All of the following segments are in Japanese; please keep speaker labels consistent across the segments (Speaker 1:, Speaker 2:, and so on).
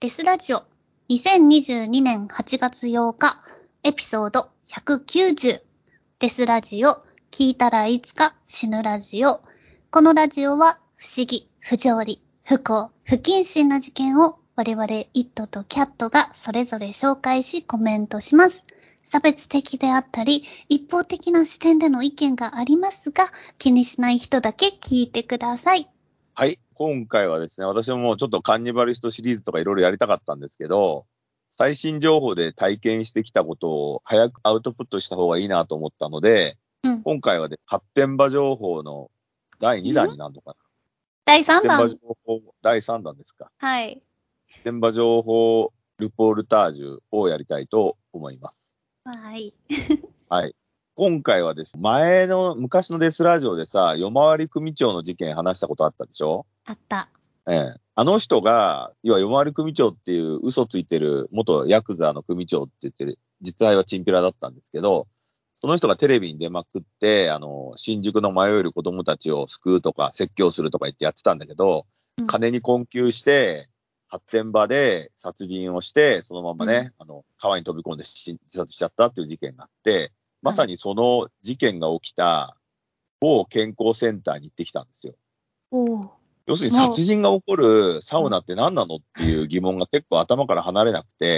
Speaker 1: デスラジオ2022年8月8日エピソード190デスラジオ聞いたらいつか死ぬラジオこのラジオは不思議、不条理、不幸、不謹慎な事件を我々イットとキャットがそれぞれ紹介しコメントします差別的であったり一方的な視点での意見がありますが気にしない人だけ聞いてください
Speaker 2: はい、今回はですね、私ももうちょっとカンニバリストシリーズとかいろいろやりたかったんですけど、最新情報で体験してきたことを早くアウトプットした方がいいなと思ったので、
Speaker 1: うん
Speaker 2: 今回はです、発展場情報の第2弾になるのか
Speaker 1: 第
Speaker 2: な。
Speaker 1: 3
Speaker 2: 発展場
Speaker 1: 弾
Speaker 2: 情報第3弾ですか。
Speaker 1: はい
Speaker 2: 発展場情報ルポルタージュをやりたいと思います。
Speaker 1: はい
Speaker 2: はい。今回はです、前の昔のデスラジオでさ、夜回り組長の事件話したことあったでしょ
Speaker 1: あった
Speaker 2: ええ、あの人が、要は夜回り組長っていう嘘ついてる元ヤクザの組長って言って、実際はチンピラだったんですけど、その人がテレビに出まくって、あの、新宿の迷える子供たちを救うとか、説教するとか言ってやってたんだけど、
Speaker 1: うん
Speaker 2: 金に困窮して、発展場で殺人をして、そのままね、あの、川に飛び込んで死自殺しちゃったっていう事件があって、まさにその事件が起きた、某健康センターに行ってきたんですよ。
Speaker 1: おー
Speaker 2: 要するに
Speaker 1: もう
Speaker 2: 殺人が起こるサウナって何なのっていう疑問が結構頭から離れなくて、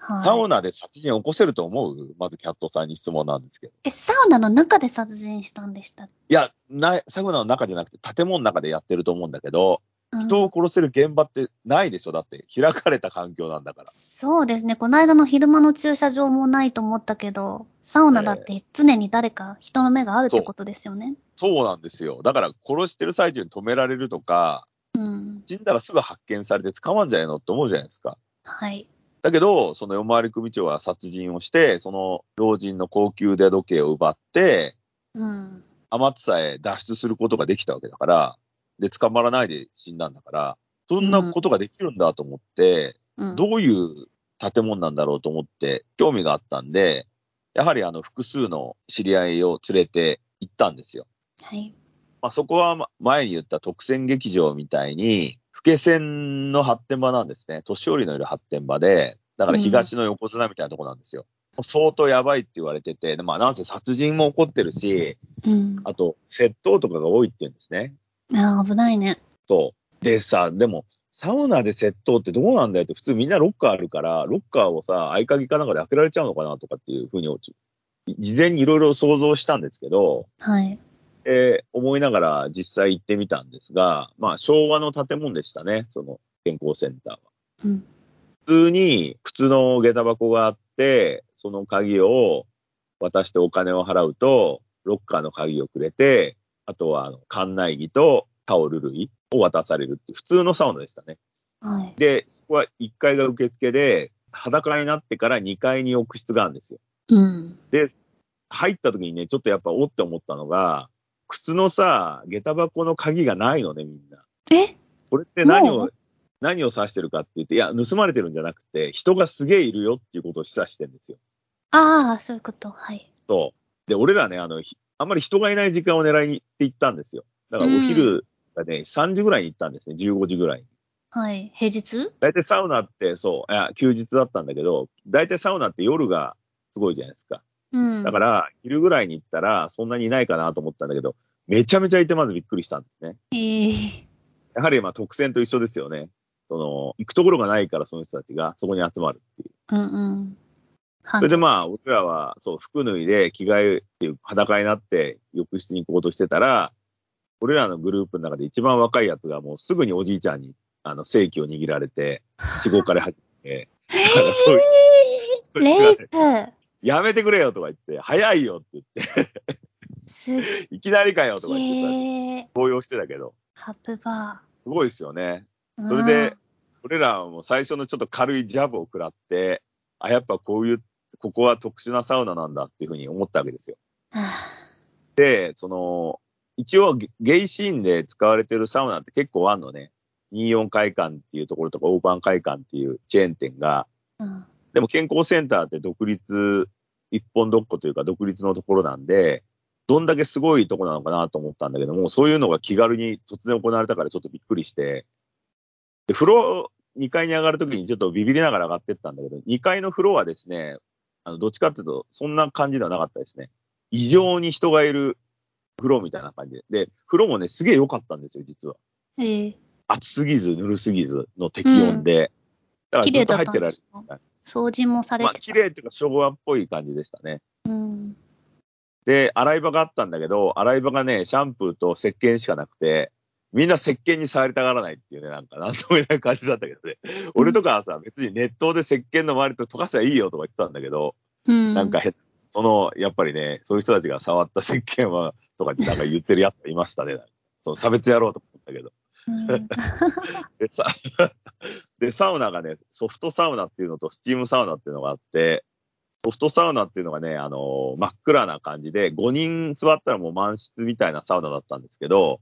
Speaker 1: はい
Speaker 2: サウナで殺人起こせると思うまずキャットさんに質問なんですけど。
Speaker 1: え、サウナの中で殺人したんでしたっ
Speaker 2: いや、なサウナの中じゃなくて建物の中でやってると思うんだけど、
Speaker 1: け、うん
Speaker 2: 人を殺せる現場ってないでしょだって開かれた環境なんだから。
Speaker 1: そうですね。この間の昼間の駐車場もないと思ったけど、サウナだって常に誰か人の目があるってことですよね。
Speaker 2: そうなんですよ。だから殺してる最中に止められるとか、
Speaker 1: うん。
Speaker 2: 死んだらすぐ発見されて捕まんじゃえのって思うじゃないですか。
Speaker 1: はい。
Speaker 2: だけど、その夜回り組長は殺人をして、その老人の高級腕時計を奪って、
Speaker 1: うん。
Speaker 2: 天津さえ脱出することができたわけだから、で、捕まらないで死んだんだから、そんなことができるんだと思って、
Speaker 1: うん、
Speaker 2: どういう建物なんだろうと思って、興味があったんで、やはりあの、複数の知り合いを連れて行ったんですよ。
Speaker 1: はい。
Speaker 2: まあ、そこはま前に言った特選劇場みたいに、老け線の発展場なんですね。年寄りのいる発展場で、だから東の横綱みたいなとこなんですよ。相当やばいって言われてて、でまあ、なんせ殺人も起こってるし、
Speaker 1: うん。
Speaker 2: あと、窃盗とかが多いって言うんですね。
Speaker 1: あー危ないね。
Speaker 2: そう。でさ、でも、サウナで窃盗ってどうなんだよって、普通みんなロッカーあるから、ロッカーをさ、合鍵かなんかで開けられちゃうのかなとかっていうふうに落ち、事前にいろいろ想像したんですけど、
Speaker 1: はい。
Speaker 2: えー思いながら実際行ってみたんですが、まあ、昭和の建物でしたね、その健康センターは。
Speaker 1: うん。
Speaker 2: 普通に靴の下駄箱があって、その鍵を渡してお金を払うと、ロッカーの鍵をくれて、あとはあの館内着とタオル類を渡されるっていう普通のサウナでしたね。
Speaker 1: はい。
Speaker 2: で、そこは1階が受付で、裸になってから2階に浴室があるんですよ。
Speaker 1: うん。
Speaker 2: 入った時にね、ちょっとやっぱおって思ったのが、靴のさ、下駄箱の鍵がないのね、みんな。
Speaker 1: え
Speaker 2: これって何
Speaker 1: も
Speaker 2: を、何を指してるかって言って、いや、盗まれてるんじゃなくて、人がすげえいるよっていうことを示唆してるんですよ。
Speaker 1: ああ、そういうこと。はい。
Speaker 2: そう。で、俺らね、あの、ひあんまり人がいない時間を狙いに行って行ったんですよ。だからお昼がね、3時ぐらいに行ったんですね、15時ぐらいに。
Speaker 1: はい。平日
Speaker 2: 大体サウナって、そう、いや休日だったんだけど、大体サウナって夜がすごいじゃないですか。
Speaker 1: うん。。
Speaker 2: だからら、昼ぐらいに行ったら、そんなにいないかなと思ったんだけど、めちゃめちゃいてまずびっくりしたんですね。
Speaker 1: えー、
Speaker 2: やはりまあ特選と一緒ですよね。その、行くところがないから、その人たちがそこに集まるっていう。
Speaker 1: うんうん。
Speaker 2: そ
Speaker 1: そ
Speaker 2: れでまあ、僕らは、そう、服脱いで着替えるっていう裸になって浴室に行こうとしてたら、俺らのグループの中で一番若いやつがもうすぐにおじいちゃんに、あの、正規を握られて、死後から始めて、だからそういう
Speaker 1: えー、レイプ
Speaker 2: やめてくれよとか言って、早いよって言って、
Speaker 1: すっげ
Speaker 2: いきなりかよとか言ってさ、
Speaker 1: ー。
Speaker 2: 動揺してたけど、
Speaker 1: ハプバ
Speaker 2: すごいですよね。
Speaker 1: ー。
Speaker 2: それで、俺らはもう最初のちょっと軽いジャブを食らって、あ、やっぱこういう、ここは特殊なサウナなんだっていうふうに思ったわけですよ。
Speaker 1: うん、は
Speaker 2: で、その、一応ゲゲイシーンで使われてるサウナって結構あんのね。24会館っていうところとか、オーバン会館っていうチェーン店が、
Speaker 1: あうん
Speaker 2: でも健康センターって独立、一本独個というか独立のところなんで、どんだけすごいとこなのかなと思ったんだけども、そういうのが気軽に突然行われたからちょっとびっくりして、で風呂2階に上がるときにちょっとビビりながら上がってったんだけど、2階のフロアですね、あのどっちかっていうと、そんな感じではなかったですね。異常に人がいる風呂みたいな感じで。で、風呂もね、すげえ良かったんですよ、実は。
Speaker 1: ええ
Speaker 2: 暑すぎず、ぬるすぎずの適温で。だか
Speaker 1: 綺
Speaker 2: らず
Speaker 1: 麗だ
Speaker 2: っと
Speaker 1: っ
Speaker 2: 入
Speaker 1: たん
Speaker 2: ってら
Speaker 1: で
Speaker 2: れ
Speaker 1: すか掃除もされ
Speaker 2: まあ、
Speaker 1: てた。
Speaker 2: 綺麗っていうか、昭和っぽい感じでしたね。
Speaker 1: うん。
Speaker 2: で、洗い場があったんだけど、洗い場がね、シャンプーと石鹸しかなくて、みんな石鹸に触りたがらないっていうね、なんか、なんとも言えない感じだったけどね。俺とかはさ、別に熱湯で石鹸の周りと溶かせばいいよとか言ってたんだけど、
Speaker 1: うん。
Speaker 2: なんかへ、その、やっぱりね、そういう人たちが触った石鹸は、とか、なんか言ってるやつがいましたね。そう差別やろうと思ったけど。
Speaker 1: うん、
Speaker 2: で、さ でサウナがね、ソフトサウナっていうのとスチームサウナっていうのがあって、ソフトサウナっていうのがね、あの真っ暗な感じで、5人座ったらもう満室みたいなサウナだったんですけど、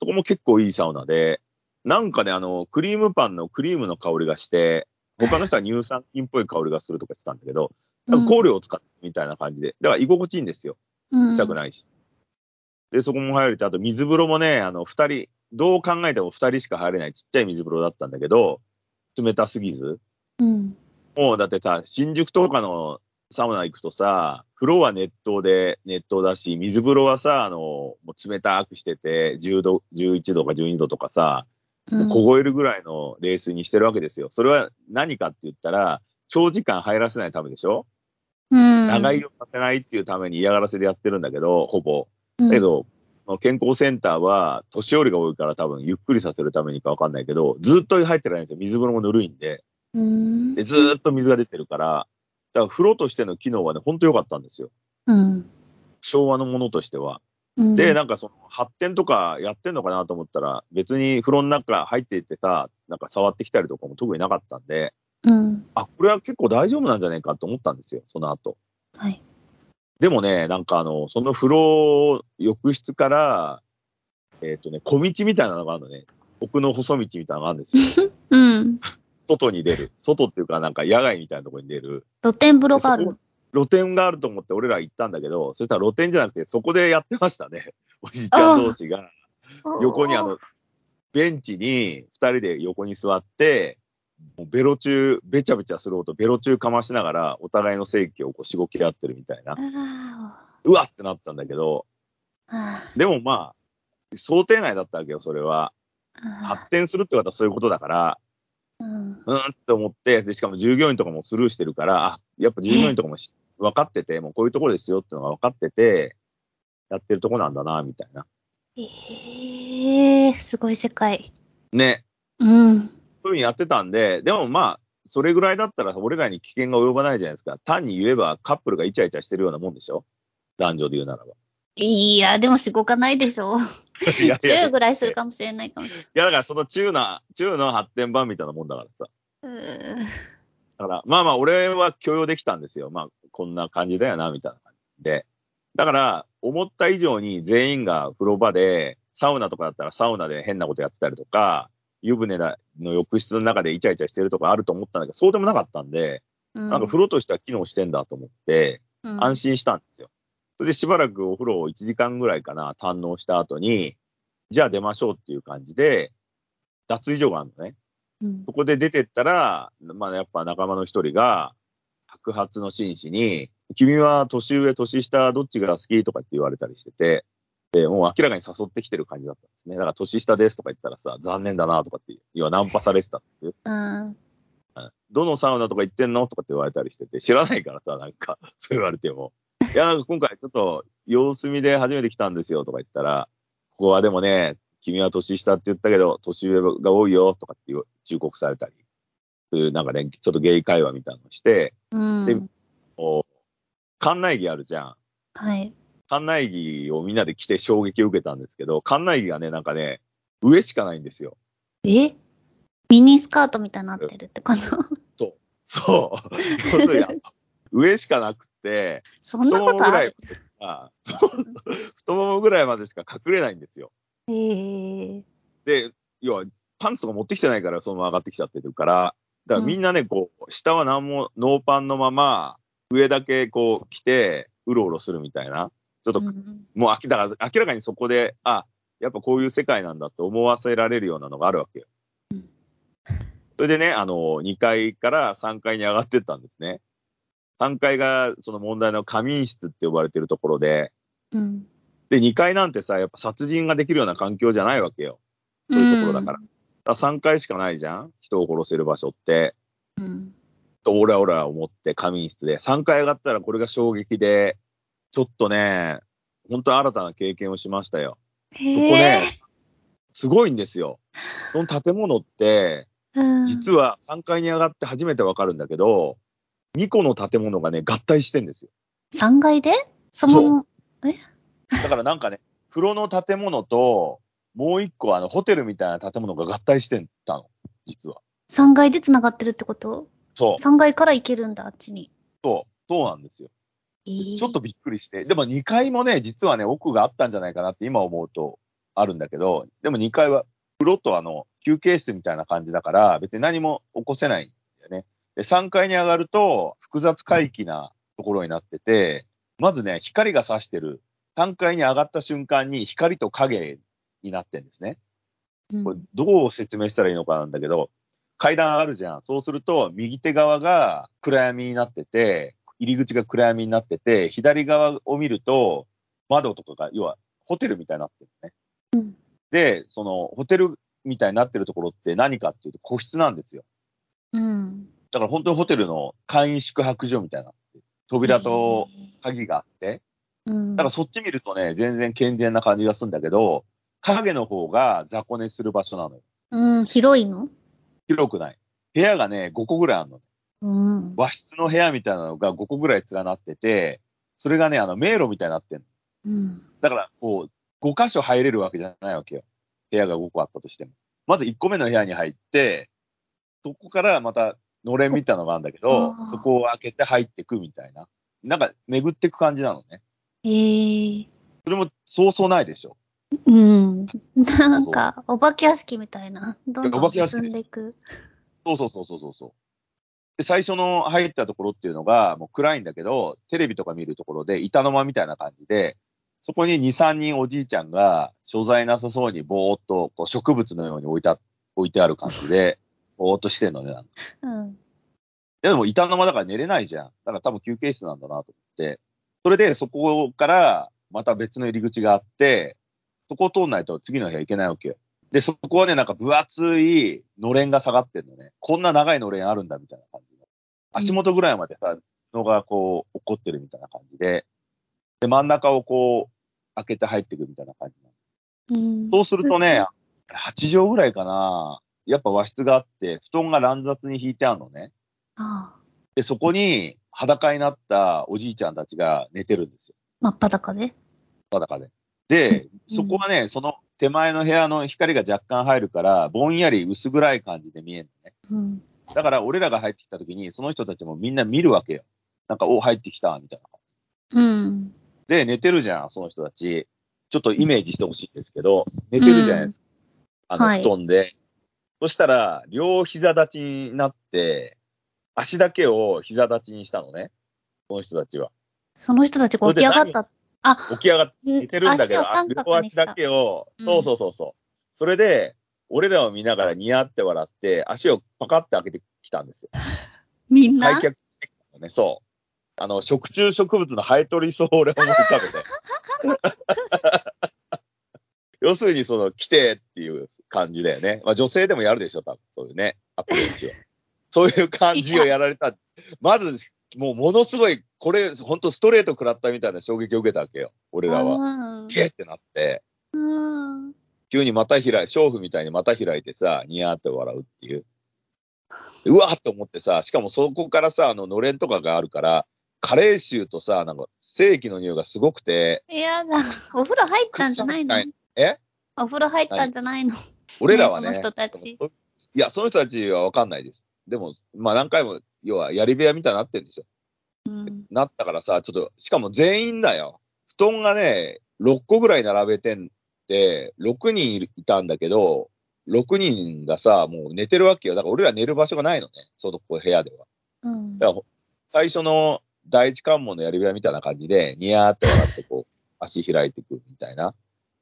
Speaker 2: そこも結構いいサウナで、なんかね、あの、クリームパンのクリームの香りがして、他の人は乳酸菌っぽい香りがするとかしてたんだけど、なんか香料を使ってみたいな感じで、だから居心地いいんですよ。
Speaker 1: うん、
Speaker 2: したくないし。で、そこも入れて、あと水風呂もね、あの、二人、どう考えても二人しか入れないちっちゃい水風呂だったんだけど、冷たすぎず。
Speaker 1: うん。
Speaker 2: もうだってさ、新宿とかのサウナ行くとさ、風呂は熱湯で熱湯だし、水風呂はさ、あの、もう冷たくしてて、10度、11度か12度とかさ、
Speaker 1: うん。
Speaker 2: 凍えるぐらいの冷水にしてるわけですよ。それは何かって言ったら、長時間入らせないためでしょ
Speaker 1: うん、
Speaker 2: 長居をさせないっていうために嫌がらせでやってるんだけど、ほぼ。
Speaker 1: うん、
Speaker 2: だけど、その健康センターは、年寄りが多いから多分、ゆっくりさせるためにかわかんないけど、ずっと入ってられないんですよ。水風呂もぬるいんで。
Speaker 1: うん、
Speaker 2: で、ずーっと水が出てるから、だから風呂としての機能はね、ほんと良かったんですよ。
Speaker 1: うん、
Speaker 2: 昭和のものとしては。
Speaker 1: うん、
Speaker 2: で、なんかその、発展とかやってんのかなと思ったら、別に風呂の中入っていってさ、なんか触ってきたりとかも特になかったんで、
Speaker 1: うん、
Speaker 2: あ、これは結構大丈夫なんじゃないかと思ったんですよ、その後。
Speaker 1: はい。
Speaker 2: でもね、なんかあの、その風呂、浴室から、えっ、とね、小道みたいなのがあるのね。奥の細道みたいなのがあるんです よ。
Speaker 1: うん。
Speaker 2: 外に出る。外っていうか、なんか野外みたいなところに出る。
Speaker 1: 露天風呂があ
Speaker 2: そ
Speaker 1: る
Speaker 2: こ。露店があると思って俺ら行ったんだけど、そしたら露店じゃなくて、そこでやってましたね。おじちゃん同士が。横にあの、ベンチに二人で横に座って、もうベロ中、べちゃべちゃする音、ベロ中かましながら、お互いの正規をこう、しごき合ってるみたいな
Speaker 1: あ。あ
Speaker 2: うわってなったんだけど、
Speaker 1: あ
Speaker 2: でもまあ、想定内だったわけよ、それは。
Speaker 1: あ
Speaker 2: 発展するってことはそういうことだから、
Speaker 1: うん
Speaker 2: うーんって思って、で、しかも従業員とかもスルーしてるから、あ、やっぱ従業員とかもし分かってて、もうこういうところですよってのが分かってて、やってるとこなんだな、みたいな。
Speaker 1: ええすごい世界。
Speaker 2: ね。
Speaker 1: うん。
Speaker 2: そういうふうにやってたんで、でもまあ、それぐらいだったら俺らに危険が及ばないじゃないですか。単に言えばカップルがイチャイチャしてるようなもんでしょ男女で言うならば。
Speaker 1: いや、でもしごかないでしょ。
Speaker 2: いやいや、
Speaker 1: 10
Speaker 2: い
Speaker 1: ぐらいするかもしれないかもしれ
Speaker 2: やだからその中な、中の発展版みたいなもんだからさ。
Speaker 1: ない。
Speaker 2: だから、まあまあ、俺は許容できたんですよ。まあ、こんな感じだよな、みたいな感じで。だから、思った以上に全員が風呂場で、サウナとかだったらサウナで変なことやってたりとか、湯船の浴室の中でイチャイチャしてるとかあると思ったんだけど、そうでもなかったんで、
Speaker 1: うん。
Speaker 2: なんか風呂としては機能してんだと思って、
Speaker 1: うん
Speaker 2: 安心したんですよ。それでしばらくお風呂を1時間ぐらいかな、堪能した後に、じゃあ出ましょうっていう感じで、脱衣所があるのね。
Speaker 1: うん
Speaker 2: そこで出てったら、まあ、やっぱ仲間の一人が、白髪の紳士に、君は年上、年下、どっちが好きとかって言われたりしてて、でもう明らかに誘ってきてる感じだったんですね。だから年下ですとか言ったらさ、残念だなとかって、要はナンパされてたっていう。
Speaker 1: うん。
Speaker 2: どのサウナとか行ってんのとかって言われたりしてて、知らないからさ、なんか、 そう言われても。いや、なんか今回ちょっと様子見で初めて来たんですよとか言ったら、ここはでもね、君は年下って言ったけど、年上が多いよとかっていう忠告されたり、そういうなんかね、ちょっとゲイ会話みたいなのして、
Speaker 1: うん。
Speaker 2: 館内着あるじゃん。
Speaker 1: はい。
Speaker 2: 館内着をみんなで着て衝撃を受けたんですけど、館内着がね、なんかね、上しかないんですよ。
Speaker 1: えミニスカートみたいになってるって こと
Speaker 2: そう。 要するにあの上しかなくて、
Speaker 1: そんなことある
Speaker 2: ああ そう太ももぐらいまでしか隠れないんですよ。
Speaker 1: ええ
Speaker 2: で、要は、パンツとか持ってきてないから、そのまま上がってきちゃってるから、だからみんなね、こう、下は何もノーパンのまま、上だけこう着て、うろうろするみたいな。ちょっと、
Speaker 1: うん
Speaker 2: もう明らか明らかにそこで、あ、やっぱこういう世界なんだって思わせられるようなのがあるわけよ。そそれでね、あの、2階から3階に上がってったんですね。3階がその問題の仮眠室って呼ばれてるところで、
Speaker 1: うん。
Speaker 2: で、2階なんてさ、やっぱ殺人ができるような環境じゃないわけよ。そういうところだから。だから3階しかないじゃん人を殺せる場所って。
Speaker 1: うん。
Speaker 2: と、オラオラ思って仮眠室で。3階上がったらこれが衝撃で、ちょっとね、本当新たな経験をしましたよ。そこ
Speaker 1: へ
Speaker 2: ね
Speaker 1: え。、
Speaker 2: すごいんですよ。その建物って、
Speaker 1: うん。
Speaker 2: 実は3階に上がって初めてわかるんだけど、2個の建物がね、合体してんですよ。
Speaker 1: 3階でその、
Speaker 2: だからなんかね、風呂の建物と、もう1個あの、ホテルみたいな建物が合体してたの、実は。
Speaker 1: 3階で繋がってるってこと
Speaker 2: そう、
Speaker 1: ?3 階から行けるんだ、あっちに。
Speaker 2: そう、そうなんですよ。
Speaker 1: えー
Speaker 2: ちょっと、びっくりして、でも2階もね、実はね、奥があったんじゃないかなって今思うとあるんだけど、でも2階は風呂とあの休憩室みたいな感じだから、別に何も起こせないんだよね。で、3階に上がると、複雑回帰なところになってて、まずね、光が差してる、3階に上がった瞬間に光と影になってるんですね。
Speaker 1: うん
Speaker 2: これどう説明したらいいのかなんだけど、階段上がるじゃん。そうすると、右手側が暗闇になってて、入り口が暗闇になってて、左側を見ると、窓とかが、要はホテルみたいになってるね。
Speaker 1: うん
Speaker 2: で、そのホテルみたいになってるところって何かっていうと個室なんですよ。
Speaker 1: うん。
Speaker 2: だから本当にホテルの簡易宿泊所みたいな。扉と鍵があって、
Speaker 1: えー、うん。
Speaker 2: だからそっち見るとね、全然健全な感じがするんだけど、影の方が雑魚寝する場所なのよ。
Speaker 1: うん、広いの
Speaker 2: 広くない。部屋がね、5個ぐらいあるの。
Speaker 1: うん。
Speaker 2: 和室の部屋みたいなのが5個ぐらい連なってて、それがね、あの迷路みたいになってんの。
Speaker 1: うん。
Speaker 2: だから、こう、5箇所入れるわけじゃないわけよ。部屋が5個あったとしても。まず1個目の部屋に入って、そこからまた、のれんみたいなのがあるんだけど
Speaker 1: あー、
Speaker 2: そこを開けて入ってくみたいな。なんか、巡ってく感じなのね。
Speaker 1: えー、
Speaker 2: それも、そうそうないでしょ。
Speaker 1: うん。なんか、お化け屋敷みたいな。どん
Speaker 2: お
Speaker 1: どん
Speaker 2: 化け屋敷
Speaker 1: 進んでいく。
Speaker 2: そうそうそうそうそうそう。で、最初の入ったところっていうのが、もう暗いんだけど、テレビとか見るところで、板の間みたいな感じで、そこに2、3人おじいちゃんが、所在なさそうにぼーっと、こう植物のように置いた、置いてある感じで、ぼーっとしてんのね。なんか
Speaker 1: うん。
Speaker 2: でも板の間だから寝れないじゃん。だから多分休憩室なんだなと思って。それで、そこから、また別の入り口があって、そこを通んないと次の部屋行けないわけよ。で、そこはね、なんか分厚いのれんが下がってんのね。こんな長いのれんあるんだみたいな感じの。足元ぐらいまでさ、のがこう、怒ってるみたいな感じで。で、真ん中をこう、開けて入ってくみたいな感じなの。
Speaker 1: うん、
Speaker 2: そうするとね、8畳ぐらいかな。やっぱ和室があって、布団が乱雑に引いてあるのね。
Speaker 1: ああ、
Speaker 2: で、そこに裸になったおじいちゃんたちが寝てるんですよ、
Speaker 1: 真っ裸で。
Speaker 2: 裸で。で、
Speaker 1: うん
Speaker 2: そこはね、その手前の部屋の光が若干入るから、ぼんやり薄暗い感じで見えるのね。
Speaker 1: うん。
Speaker 2: だから、俺らが入ってきた時に、その人たちもみんな見るわけよ。なんか、お、入ってきた、みたいな。
Speaker 1: うん。
Speaker 2: で、寝てるじゃん、その人たち。ちょっとイメージしてほしいんですけど、寝てるじゃないですか。
Speaker 1: ん
Speaker 2: あ
Speaker 1: は
Speaker 2: の、
Speaker 1: い
Speaker 2: 布団で。そしたら、両膝立ちになって、足だけを膝立ちにしたのね。この人たちは。
Speaker 1: その人たちが起き上がった。あ、
Speaker 2: 起き上がって
Speaker 1: 寝
Speaker 2: 寝てるんだけど、
Speaker 1: 足を三
Speaker 2: 両
Speaker 1: 角に
Speaker 2: 足
Speaker 1: した。
Speaker 2: だけを、
Speaker 1: うん
Speaker 2: そうそうそうそう。それで、俺らを見ながらニヤって笑って、足をパカって開けてきたんですよ。
Speaker 1: みん
Speaker 2: 開
Speaker 1: な
Speaker 2: 脚してきたのね、そう。あの、食虫植物のハエトリソを俺思い浮かべて。 要するに、その、来てっていう感じだよね。まあ、女性でもやるでしょ、多分。そういうね、アプローチを。そういう感じをやられた。まず、もう、ものすごい、これ、本当ストレート食らったみたいな衝撃を受けたわけよ、俺らは。
Speaker 1: は
Speaker 2: ゲーってなって、
Speaker 1: うん。
Speaker 2: 急にまた開い、娼婦みたいにまた開いてさ、ニヤーって笑うっていう。うわーって思ってさ、しかもそこからさ、あの、のれんとかがあるから、カレー臭とさ、なんか、正規の匂いがすごくて、
Speaker 1: やだ。お風呂入ったんじゃないの
Speaker 2: 靴みたいえ
Speaker 1: お風呂入ったんじゃないの
Speaker 2: 俺らはね、
Speaker 1: ねその人たち
Speaker 2: いや、その人たちはわかんないです。でも、まあ何回も、要は、やり部屋みたいになってるんでしょ。
Speaker 1: うん。
Speaker 2: なったからさ、ちょっと、しかも全員だよ。布団がね、6個ぐらい並べてんで、6人いるいたんだけど、6人がさ、もう寝てるわけよ。だから俺ら寝る場所がないのね。そのこう部屋では。
Speaker 1: うん
Speaker 2: だ。からほ最初の第一関門のやり部屋みたいな感じで、ニヤーって笑ってこう、足開いてくみたいな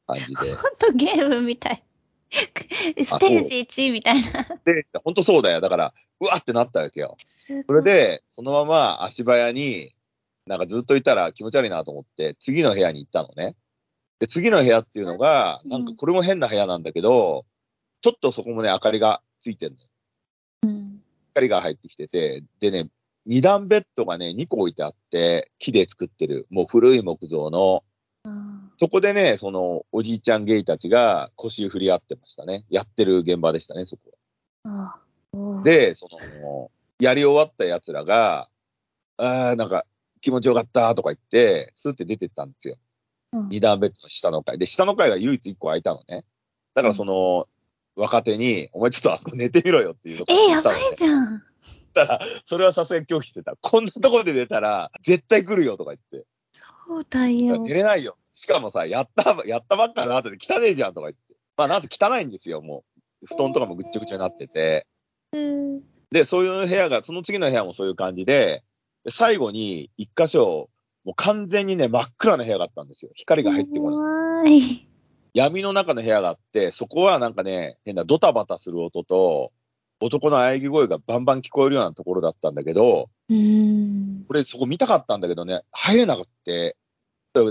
Speaker 2: 感じで。
Speaker 1: ほんとゲームみたい。ステージ1みたいな。
Speaker 2: で、本当そうだよ。だから、うわってなったわけよ。それで、そのまま足早に、なんかずっといたら気持ち悪いなと思って、次の部屋に行ったのね。で、次の部屋っていうのが、
Speaker 1: うん
Speaker 2: なんかこれも変な部屋なんだけど、ちょっとそこもね、明かりがついてるのよ。
Speaker 1: すごい、うん。
Speaker 2: 光が入ってきてて、でね、二段ベッドがね、2個置いてあって、木で作ってる、もう古い木造の、
Speaker 1: あ
Speaker 2: そこでね、そのおじいちゃんゲイたちが腰振り合ってましたね。やってる現場でしたね、そこは。
Speaker 1: ーあー。おー、
Speaker 2: で、その、やり終わった奴らが、あーなんか気持ちよかったとか言って、スーって出てったんですよ。
Speaker 1: うん
Speaker 2: 二段ベッドの下の階。で、下の階が唯一一個空いたのね。だからその、若手に、お前ちょっとあそこ寝てみろよっていうとこ
Speaker 1: え
Speaker 2: ろに
Speaker 1: ー、
Speaker 2: 行
Speaker 1: や
Speaker 2: った
Speaker 1: ば
Speaker 2: のね
Speaker 1: いじゃん。
Speaker 2: ったら、それはさすがに拒否してた。こんなとこで寝たら、絶対来るよとか言って。
Speaker 1: そうだよ
Speaker 2: 寝。れないよ。しかもさ、やった、やったばっかの後で汚えじゃんとか言って。まあ、なんせ汚いんですよ、もう。布団とかもぐっちゃぐちゃになってて。
Speaker 1: うん
Speaker 2: で、そういう部屋が、その次の部屋もそういう感じで、で最後に一箇所、もう完全にね、真っ暗な部屋があったんですよ。光が入ってこない。
Speaker 1: 怖い。
Speaker 2: 闇の中の部屋があって、そこはなんかね、変なドタバタする音と、男の喘ぎ声がバンバン聞こえるようなところだったんだけど、
Speaker 1: うーん。
Speaker 2: これそこ見たかったんだけどね、入れなくって、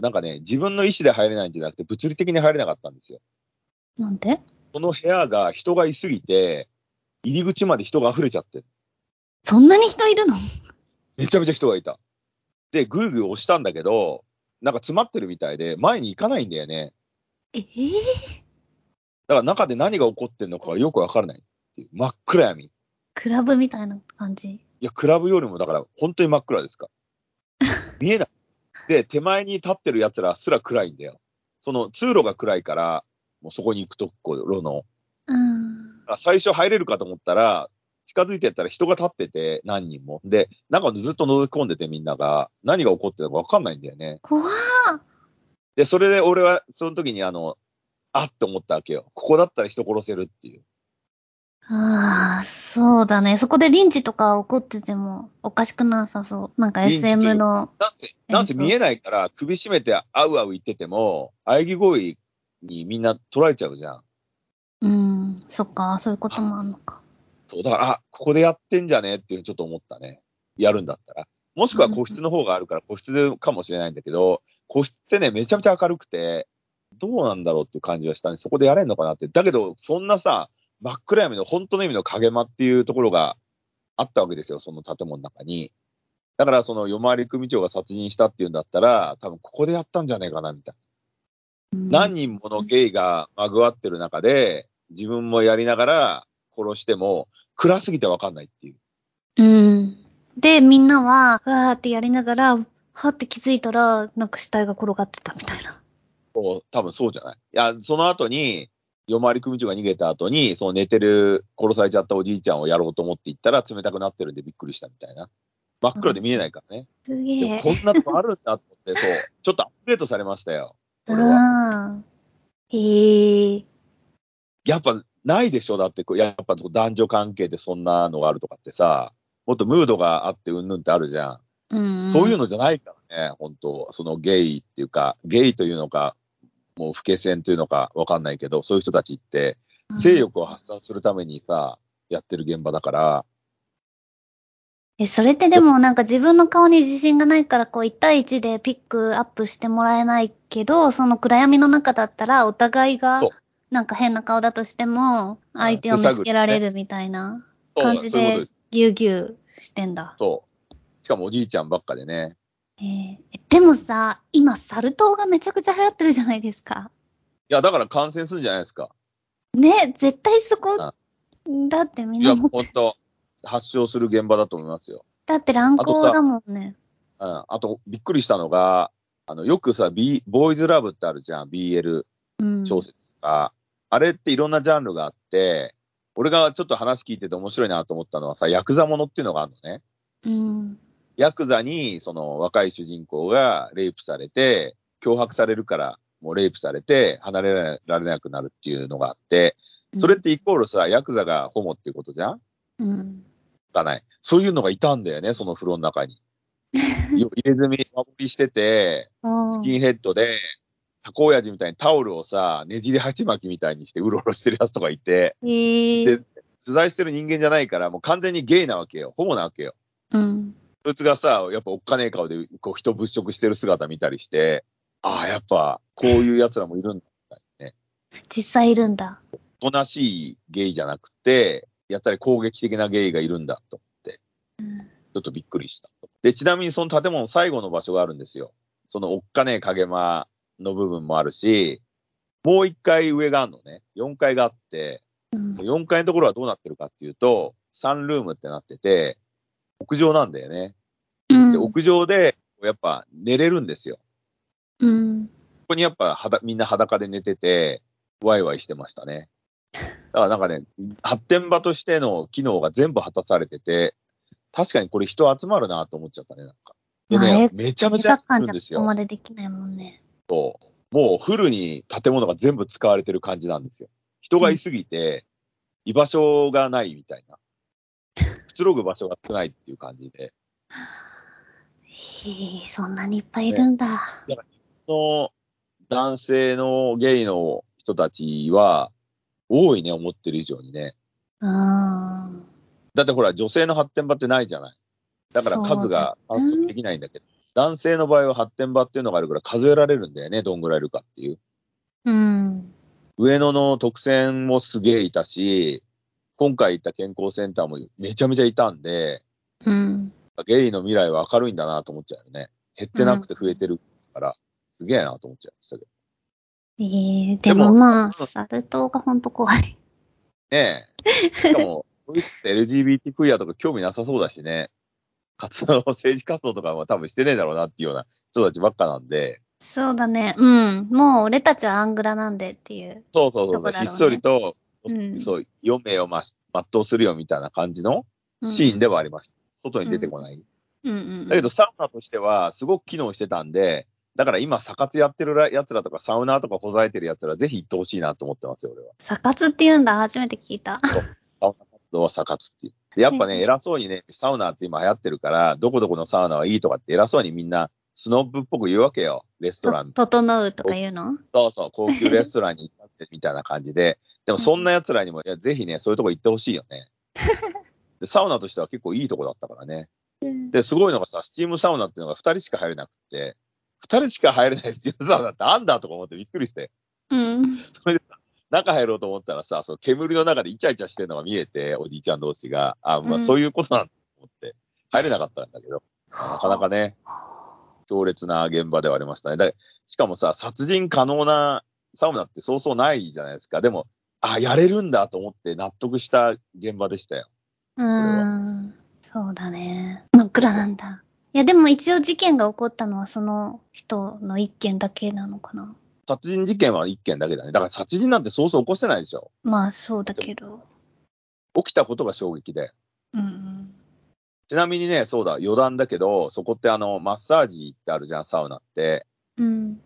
Speaker 2: なんかね、自分の意思で入れないんじゃなくて、物理的に入れなかったんですよ。
Speaker 1: なんで
Speaker 2: この部屋が人がいすぎて、入り口まで人が溢れちゃってる、
Speaker 1: そんなに人いるの
Speaker 2: めちゃめちゃ人がいた。で、ぐーぐー押したんだけど、なんか詰まってるみたいで、前に行かないんだよね。
Speaker 1: ええ
Speaker 2: だから中で何が起こってるのかがよくわからないっていう。真っ暗闇。い
Speaker 1: クラブみたいな感じ。
Speaker 2: や、クラブよりもだから本当に真っ暗ですか。見えない。で、手前に立ってる奴らすら暗いんだよ。その通路が暗いから、もうそこに行くところの。
Speaker 1: うん。
Speaker 2: あ最初入れるかと思ったら、近づいてったら人が立ってて、何人も。で、中ずっと覗き込んでてみんなが、何が起こってるのか分かんないんだよね。
Speaker 1: 怖っ
Speaker 2: で、それで俺は、その時にあの、あって思ったわけよ。ここだったら人殺せるっていう。
Speaker 1: ああ、そうだね。そこでリンチとか起こっててもおかしくなさそう。なんか
Speaker 2: リンチという
Speaker 1: SM の。
Speaker 2: なんせ、なんせ
Speaker 1: そうそう
Speaker 2: 見えないから、首絞めてあうあう言ってても、喘ぎ声にみんな取られちゃうじゃん。
Speaker 1: うん。そっか、そういうこともあんのか。
Speaker 2: そう、だから、あ、ここでやってんじゃねっていうふうにちょっと思ったね。やるんだったら。もしくは個室の方があるから、個室でかもしれないんだけど、個室ってね、めちゃめちゃ明るくて、どうなんだろうっていう感じはしたね。そこでやれんのかなって。だけど、そんなさ、真っ暗闇の本当の意味の影間っていうところがあったわけですよ、その建物の中に。だから、その、夜回り組長が殺人したっていうんだったら、多分ここでやったんじゃねえかな、みたいな。何人ものゲイがまぐわってる中で、自分もやりながら殺しても、暗すぎてわかんないっていう。
Speaker 1: うん。で、みんなは、わーってやりながら、はーって気づいたら、なんか死体が転がってたみたいな。
Speaker 2: そう多分そうじゃない。いや、その後に、夜回り組長が逃げた後に、その寝てる、殺されちゃったおじいちゃんをやろうと思って行ったら、冷たくなってるんでびっくりしたみたいな。真っ暗で見えないからね。
Speaker 1: す
Speaker 2: で
Speaker 1: げ
Speaker 2: も
Speaker 1: え。
Speaker 2: こんなとこあるんだと思って、そう、ちょっとアップデートされましたよ。これは。
Speaker 1: ああ。へえ。
Speaker 2: やっぱないでしょだってこう、やっぱ男女関係でそんなのがあるとかってさ、もっとムードがあってうんぬんってあるじゃん。
Speaker 1: うん。
Speaker 2: そういう
Speaker 1: の。
Speaker 2: のじゃないからね、本当そのゲイっていうか、ゲイというのか、もう不敬戦というのかわかんないけど、そういう人たちって、性欲を発散するためにさ、やってる現場だから、
Speaker 1: え、それってでもなんか自分の顔に自信がないからこう1対1でピックアップしてもらえないけど、その暗闇の中だったらお互いが
Speaker 2: そう
Speaker 1: なんか変な顔だとしても相手を見つけられるみたいな
Speaker 2: そ
Speaker 1: 感
Speaker 2: うそう
Speaker 1: じ
Speaker 2: いうことで。
Speaker 1: ですぎゅうぎゅうしてんだ。
Speaker 2: そう。しかもおじいちゃんばっかでね。
Speaker 1: えーえでもさ、今サル痘がめちゃくちゃ流行ってるじゃないですか。
Speaker 2: いや、だから感染するんじゃないですか。
Speaker 1: ね、絶対そこ
Speaker 2: あ
Speaker 1: だってみ
Speaker 2: い
Speaker 1: んな
Speaker 2: や、
Speaker 1: もう
Speaker 2: 本当発症する現場だと思いますよ。
Speaker 1: だって乱
Speaker 2: あと
Speaker 1: 行
Speaker 2: さ
Speaker 1: だもんね。
Speaker 2: うん。あと、びっくりしたのが、あの、よくさ、B、ボーイズラブってあるじゃん、BL
Speaker 1: うん。
Speaker 2: 小説とか。あれっていろんなジャンルがあって、俺がちょっと話聞いてて面白いなと思ったのはさ、ヤクザものっていうのがあるのね。
Speaker 1: うん。
Speaker 2: ヤクザに、その若い主人公がレイプされて、脅迫されるから、もうレイプされて、離れられなくなるっていうのがあって、それってイコールさ、ヤクザがホモっていうことじゃん
Speaker 1: うん。
Speaker 2: だない。そういうのがいたんだよね、その風呂の 中に。入れ墨守りしてて、
Speaker 1: うん。
Speaker 2: スキンヘッドで、タコ親父みたいにタオルをさ、ねじり鉢巻きみたいにしてうろうろしてるやつとかいて、
Speaker 1: えー
Speaker 2: で。取材してる人間じゃないから、もう完全にゲイなわけよ。ホモなわけよ。
Speaker 1: うん。
Speaker 2: そいつがさ、やっぱおっかねえ顔でこう人物色してる姿見たりして、ああ、やっぱこういう奴らもいるんだみたいね。
Speaker 1: 実際いるんだ。
Speaker 2: おとなしいゲイじゃなくて、やったり攻撃的なゲイがいるんだと思って、ちょっとびっくりした。で、ちなみにその建物の最後の場所があるんですよ。そのおっかねえ影間の部分もあるし、もう一階上があるのね。4階があって、
Speaker 1: うん。
Speaker 2: 4階のところはどうなってるかっていうと、サンルームってなってて、屋上なんだよね。
Speaker 1: うん
Speaker 2: で、屋上で、やっぱ寝れるんですよ。
Speaker 1: うん。
Speaker 2: ここにやっぱ裸みんな裸で寝てて、ワイワイしてましたね。だからなんかね、発展場としての機能が全部果たされてて、確かにこれ人集まるなと思っちゃったね、なんか。で
Speaker 1: まあえ
Speaker 2: ね、めちゃめ
Speaker 1: 映
Speaker 2: ち
Speaker 1: 画
Speaker 2: ゃあ
Speaker 1: 館
Speaker 2: るん
Speaker 1: じゃこ
Speaker 2: です
Speaker 1: こ
Speaker 2: よ。
Speaker 1: までできないもんね。
Speaker 2: もうフルに建物が全部使われてる感じなんですよ。人がいすぎて、居場所がないみたいな。くつろぐ場所が少ないっていう感じ
Speaker 1: へ
Speaker 2: で。
Speaker 1: え、そんなにいっぱいいるんだ。
Speaker 2: の男性のゲイの人たちは、多いね、思ってる以上にね。
Speaker 1: うーん。
Speaker 2: だってほら、女性の発展場ってないじゃない。だから数が
Speaker 1: そうだ
Speaker 2: 観
Speaker 1: ね
Speaker 2: 測できないんだけど、男性の場合は発展場っていうのがあるから数えられるんだよね、どんぐらいいるかっていう。
Speaker 1: うん。
Speaker 2: 上野の特選もすげえいたし、今回行った健康センターもめちゃめちゃいたんで、
Speaker 1: うん。
Speaker 2: ゲイの未来は明るいんだなと思っちゃうよね。減ってなくて増えてるから、すげえなと思っちゃいましたけど。
Speaker 1: えー、で
Speaker 2: でも
Speaker 1: もまあ、
Speaker 2: うん
Speaker 1: サル痘がほんと怖い。
Speaker 2: ねえ。し かも、そういう人って LGBT クイアとか興味なさそうだしね。活動、政治活動とかは多分してねえだろうなっていうような人たちばっかなんで、
Speaker 1: そうだね。うん。もう俺たちはアングラなんでっていう。
Speaker 2: そうそうそ
Speaker 1: ど
Speaker 2: う
Speaker 1: こ
Speaker 2: そう、
Speaker 1: だろう
Speaker 2: ひ
Speaker 1: ね
Speaker 2: っそりと、
Speaker 1: うん
Speaker 2: そう、余命をま全うするよみたいな感じの
Speaker 1: うん
Speaker 2: シーンではあります。外に出てこない。
Speaker 1: うんうん。
Speaker 2: だけど、サウナとしては、すごく機能してたんで、だから今、サ活やってるらやつらとか、サウナーとかこざえてるやつら、ぜひ行ってほしいなと思ってますよ、俺は。
Speaker 1: サカツって言うんだ。初めて聞いた。
Speaker 2: サウナ活動はサ活っていう。でやっぱ
Speaker 1: う
Speaker 2: ね、
Speaker 1: ん
Speaker 2: 偉そうにね、サウナって今流行ってるから、どこどこのサウナはいいとかって偉そうにみんな、スノブっぽく言うわけよ。レストラン
Speaker 1: と、整うとか言うの
Speaker 2: そうそう、高級レストランに行ったってみたいな感じ で、でもそんな奴らにも、いや、ぜひね、そういうとこ行ってほしいよね。でサウナとしては結構いいとこだったからね。
Speaker 1: うん
Speaker 2: で、すごいのがさ、スチームサウナっていうのが2人しか入れなくって、2人しか入れないスチームサウナってあんだとか思ってびっくりして、
Speaker 1: うん。
Speaker 2: 中入ろうと思ったらさ、その煙の中でイチャイチャしてるのが見えて、おじいちゃん同士が、あ、
Speaker 1: う
Speaker 2: まあ
Speaker 1: ん
Speaker 2: そういうことなんだと思って、入れなかったんだけど、なかなかね、強烈な現場ではありましたね。だしかもさ、殺人可能なサウナってそうそうないじゃないですか。でも、あ、やれるんだと思って納得した現場でしたよ。
Speaker 1: うーん。そうだね。真っ暗なんだ。いや、でも一応事件が起こったのはその人の一件だけなのかな。
Speaker 2: 殺人事件は1件だけだね。だから殺人なんてそうそう起こせないでしょ。
Speaker 1: まあ、そうだけど。
Speaker 2: 起きたことが衝撃で。
Speaker 1: うん
Speaker 2: ちなみにね、そうだ、余談だけど、そこってあの、マッサージってあるじゃん、サウナって。
Speaker 1: うん。うん。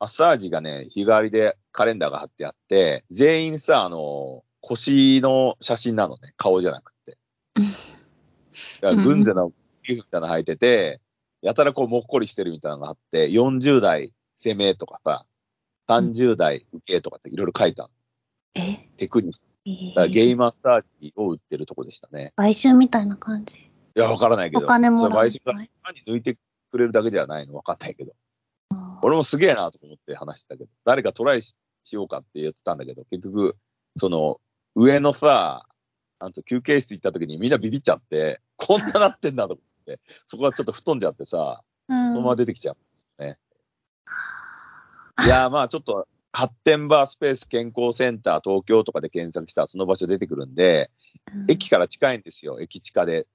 Speaker 2: マッサージがね、日替わりでカレンダーが貼ってあって、全員さ、あの、腰の写真なのね、顔じゃなく って。だから軍勢のギフみたいなの履いてて、やたらこうもっこりしてるみたいなのがあって、40代攻めとかさ、30代受けとかっていろいろ書いたの
Speaker 1: え
Speaker 2: テクニック。
Speaker 1: え
Speaker 2: だからゲイ
Speaker 1: ー、
Speaker 2: マッサージを売ってるとこでしたね。
Speaker 1: 買収みたいな感じ。
Speaker 2: いや、わからないけ
Speaker 1: お
Speaker 2: ど。
Speaker 1: 金も
Speaker 2: それ
Speaker 1: らう
Speaker 2: 買
Speaker 1: んじ
Speaker 2: 収
Speaker 1: ゃ
Speaker 2: が
Speaker 1: ない。
Speaker 2: 単に抜いてくれるだけではないのわかんないけど。俺もすげえなと思って話してたけど、誰かトライししようかって言ってたんだけど、結局、その、上のさ、なんと休憩室行った時にみんなビビっちゃって、こんななってんだと思 って、そこはちょっと吹っ飛んじゃってさ、
Speaker 1: うん
Speaker 2: そのまま出てきちゃう、ね。いやーまあちょっと、発展バースペース健康センター東京とかで検索したらその場所出てくるんで、
Speaker 1: うん
Speaker 2: 駅から近いんですよ、駅地下で。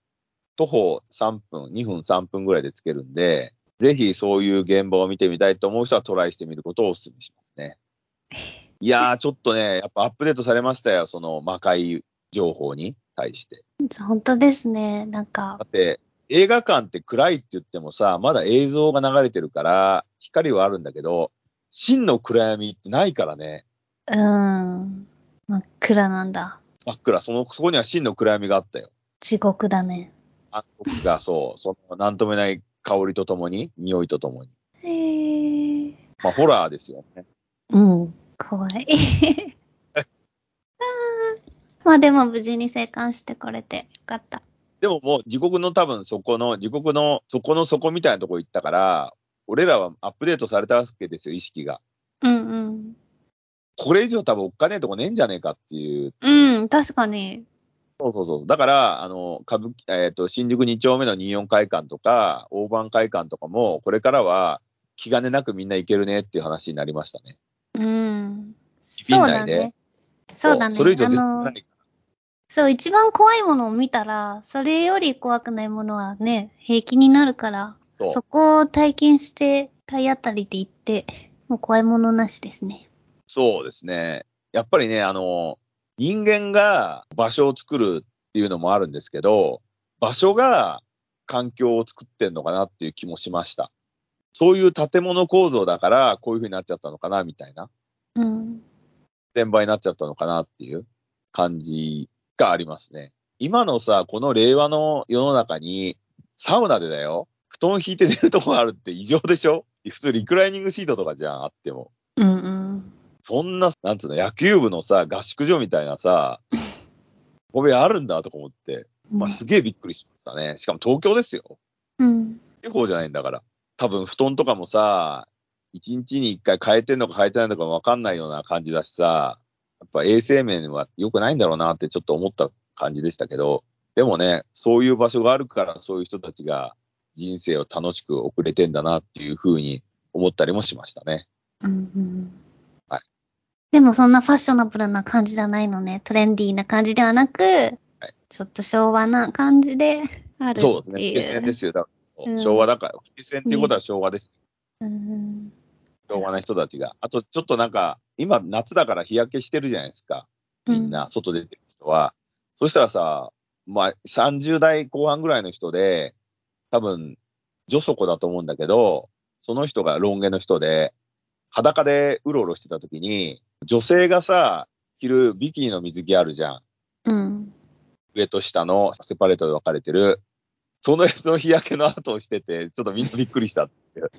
Speaker 2: 徒歩3分、2分、3分ぐらいで着けるんで、ぜひそういう現場を見てみたいと思う人はトライしてみることをお勧めしますね。いやー、ちょっとね、やっぱアップデートされましたよ、その魔界情報に対して。
Speaker 1: 本当ですね。なんか
Speaker 2: だ、って、映画館って暗いって言ってもさ、まだ映像が流れてるから、光はあるんだけど、真の暗闇ってないからね。
Speaker 1: うん。真っ暗なんだ。
Speaker 2: 真っ暗、その、そこには真の暗闇があったよ。
Speaker 1: 地獄だね。
Speaker 2: あ僕がそう、その、なんともない香りとともに、匂いとともに。
Speaker 1: へえ。
Speaker 2: まあ、ホラーですよね。
Speaker 1: うん。怖い。 あーまあでも無事に生還してくれてよかった。
Speaker 2: でももう地獄の多分そこの、地獄の底の底みたいなとこ行ったから、俺らはアップデートされたわけですよ、意識が。
Speaker 1: うんうん。
Speaker 2: これ以上多分おっかねえとこねえんじゃねえかっていう。
Speaker 1: うん、確かに。
Speaker 2: そうそうそう。だから、あの、歌舞伎、えっ、と、新宿2丁目の24会館とか、大盤会館とかも、これからは気兼ねなくみんな行けるねっていう話になりましたね。
Speaker 1: うん。
Speaker 2: ビ
Speaker 1: そう
Speaker 2: ン内
Speaker 1: だ
Speaker 2: で
Speaker 1: ね。そうだね。
Speaker 2: それ以上
Speaker 1: あ
Speaker 2: 絶
Speaker 1: の
Speaker 2: 対ない。
Speaker 1: そう、一番怖いものを見たら、それより怖くないものはね、平気になるから、
Speaker 2: そう
Speaker 1: そこを体験して、体当たりで行って、もう怖いものなしですね。
Speaker 2: そうですね。やっぱりね、あの、人間が場所を作るっていうのもあるんですけど、場所が環境を作ってんのかなっていう気もしました。そういう建物構造だから、こういう風になっちゃったのかな、みたいな。
Speaker 1: うん。
Speaker 2: 転売になっちゃったのかなっていう感じがありますね。今のさ、この令和の世の中に、サウナでだよ、布団引いて寝るとこがあるって異常でしょ普通リクライニングシートとかじゃん、あっても。
Speaker 1: うんうん。
Speaker 2: そんな、なんつうの、野球部のさ、合宿所みたいなさ、小部屋あるんだとか思って、まあ、すげえびっくりしましたね。しかも東京ですよ。
Speaker 1: うん。
Speaker 2: 地方じゃないんだから。多分布団とかもさ、一日に一回変えてんのか変えてないのかわかんないような感じだしさ、やっぱ衛生面は良くないんだろうなってちょっと思った感じでしたけど、でもね、そういう場所があるからそういう人たちが人生を楽しく送れてんだなっていうふうに思ったりもしましたね。
Speaker 1: うんうん。
Speaker 2: はい
Speaker 1: でもそんなファッショナブルな感じじゃないのね。トレンディーな感じではなく、ちょっと昭和な感じである
Speaker 2: そう
Speaker 1: って
Speaker 2: です
Speaker 1: い
Speaker 2: ね。伏線で
Speaker 1: う。
Speaker 2: すよ。だから
Speaker 1: うん
Speaker 2: 昭和だから、伏線っていうことは昭和です。
Speaker 1: うん
Speaker 2: 昭和な人たちが。あと、ちょっとなんか、今夏だから日焼けしてるじゃないですか。みんな、外出てる人は。そしたらさ、まあ、30代後半ぐらいの人で、多分、女祖子だと思うんだけど、その人がロン毛の人で、裸でうろうろしてた時に、女性がさ、着るビキニの水着あるじゃん。
Speaker 1: うん。
Speaker 2: 上と下のセパレートで分かれてる。その人の日焼けの跡をしてて、ちょっとみんなびっくりしたっていう。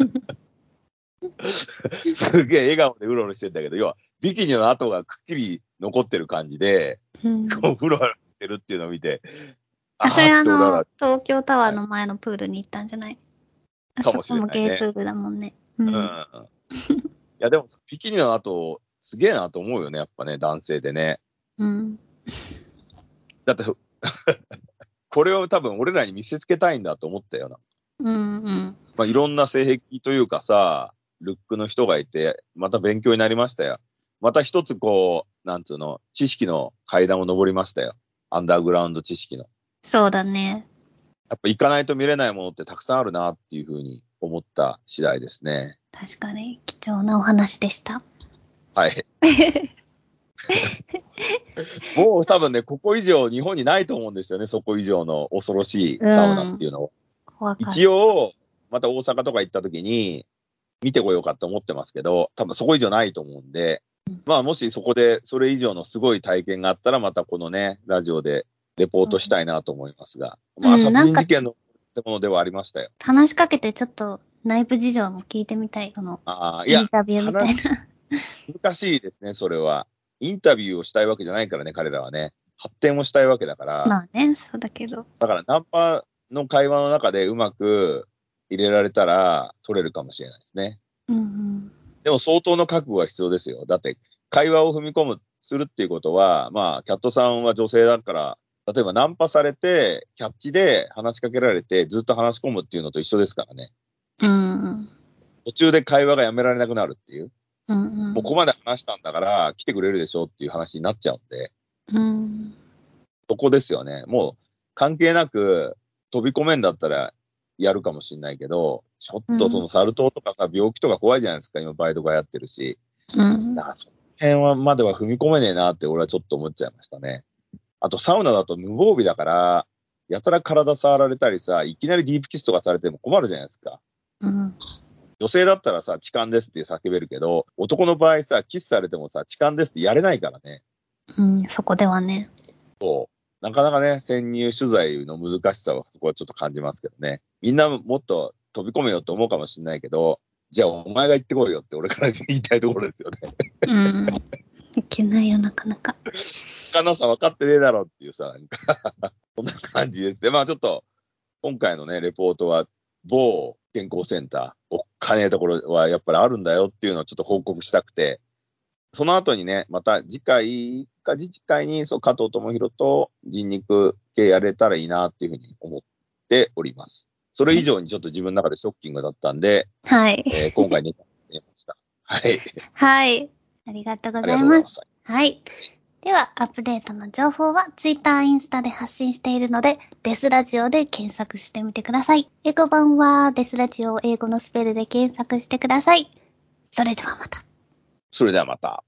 Speaker 2: すげえ笑顔でうろうろしてんだけど、要はビキニの跡がくっきり残ってる感じで、
Speaker 1: うん。
Speaker 2: こううろうろしてるっていうのを見て、
Speaker 1: あ、それ
Speaker 2: ー
Speaker 1: あ
Speaker 2: ってうらうら
Speaker 1: の、東京タワーの前のプールに行ったんじゃない、あ
Speaker 2: かもしれないね
Speaker 1: そこもゲイプールだもんね。うん。
Speaker 2: うんいや、でもビキニの跡、すげえなと思うよね、やっぱね、男性でね。
Speaker 1: うん。
Speaker 2: だって、 これを多分俺らに見せつけたいんだと思ったよな。
Speaker 1: うん。うん。
Speaker 2: まあ、いろんな性癖というかさ、ルックの人がいて、また勉強になりましたよ。また一つこう、なんつうの、知識の階段を登りましたよ。アンダーグラウンド知識の。
Speaker 1: そうだね。
Speaker 2: やっぱ行かないと見れないものってたくさんあるなっていうふうに思った次第ですね。
Speaker 1: 確かに、貴重なお話でした。
Speaker 2: はい。もう多分ね、ここ以上日本にないと思うんですよね。そこ以上の恐ろしいサウナっていうのを。
Speaker 1: 怖かった。
Speaker 2: 一応、また大阪とか行った時に、見てこようかと思ってますけど、多分そこ以上ないと思うんで、まあもしそこでそれ以上のすごい体験があったら、またこのね、ラジオでレポートしたいなと思いますが、まあ
Speaker 1: うん
Speaker 2: 殺
Speaker 1: なん
Speaker 2: 人
Speaker 1: か
Speaker 2: 事件のものではありましたよ。
Speaker 1: 話しかけてちょっと内部事情も聞いてみたい。この
Speaker 2: ああ、い
Speaker 1: イ
Speaker 2: や
Speaker 1: ン、タビューみたいな。
Speaker 2: 難しいですね、それは。インタビューをしたいわけじゃないからね、彼らはね。発展をしたいわけだから、
Speaker 1: まあね、そうだけど。
Speaker 2: だからナンパの会話の中でうまく入れられたら取れるかもしれないですね。
Speaker 1: うんうん。
Speaker 2: でも相当の覚悟が必要ですよ。だって、会話を踏み込む、するっていうことは、まあ、キャットさんは女性だから、例えばナンパされて、キャッチで話しかけられて、ずっと話し込むっていうのと一緒ですからね。
Speaker 1: うんうん。
Speaker 2: 途中で会話がやめられなくなるっていう。
Speaker 1: うんうん。
Speaker 2: もうここまで話したんだから、来てくれるでしょっていう話になっちゃうんで、
Speaker 1: うん。
Speaker 2: そこですよね。もう、関係なく、飛び込めんだったら、やるかもしれないけど、ちょっとそのサル痘とかさ、病気とか怖いじゃないですか、今バイトがやってるし。
Speaker 1: うん。
Speaker 2: なあ、その辺はまでは踏み込めねえなって俺はちょっと思っちゃいましたね。あとサウナだと無防備だから、やたら体触られたりさ、いきなりディープキスとかされても困るじゃないですか。
Speaker 1: うん。
Speaker 2: 女性だったらさ、痴漢ですって叫べるけど、男の場合さ、キスされてもさ、痴漢ですってやれないからね。
Speaker 1: うん。そこではね。
Speaker 2: そう。なかなかね、潜入取材の難しさをそこはちょっと感じますけどね。みんなもっと飛び込めようと思うかもしれないけど、じゃあお前が行ってこいよって俺から言いたいところですよね。
Speaker 1: うん。いけないよ、なかなか。
Speaker 2: 他のさ分かってねえだろっていうさ、なんか、 そんな感じです。で、まあちょっと、今回のね、レポートは、某健康センター、おっかねえところはやっぱりあるんだよっていうのをちょっと報告したくて、その後にね、また次回か次回に、そう、加藤智弘と人肉系やれたらいいなっていうふうに思っております。それ以上にちょっと自分の中でショッキングだったんで、
Speaker 1: はい。
Speaker 2: えー今回ネタにしてみました。はい。
Speaker 1: はい。ありがとうご
Speaker 2: あり
Speaker 1: ざ
Speaker 2: が
Speaker 1: い
Speaker 2: とうござ
Speaker 1: ま
Speaker 2: い
Speaker 1: す
Speaker 2: ま。す。
Speaker 1: はい。では、アップデートの情報は Twitter、インスタで発信しているので、デスラジオで検索してみてください。英語版はデスラジオを英語のスペルで検索してください。それではまた。
Speaker 2: それではまた。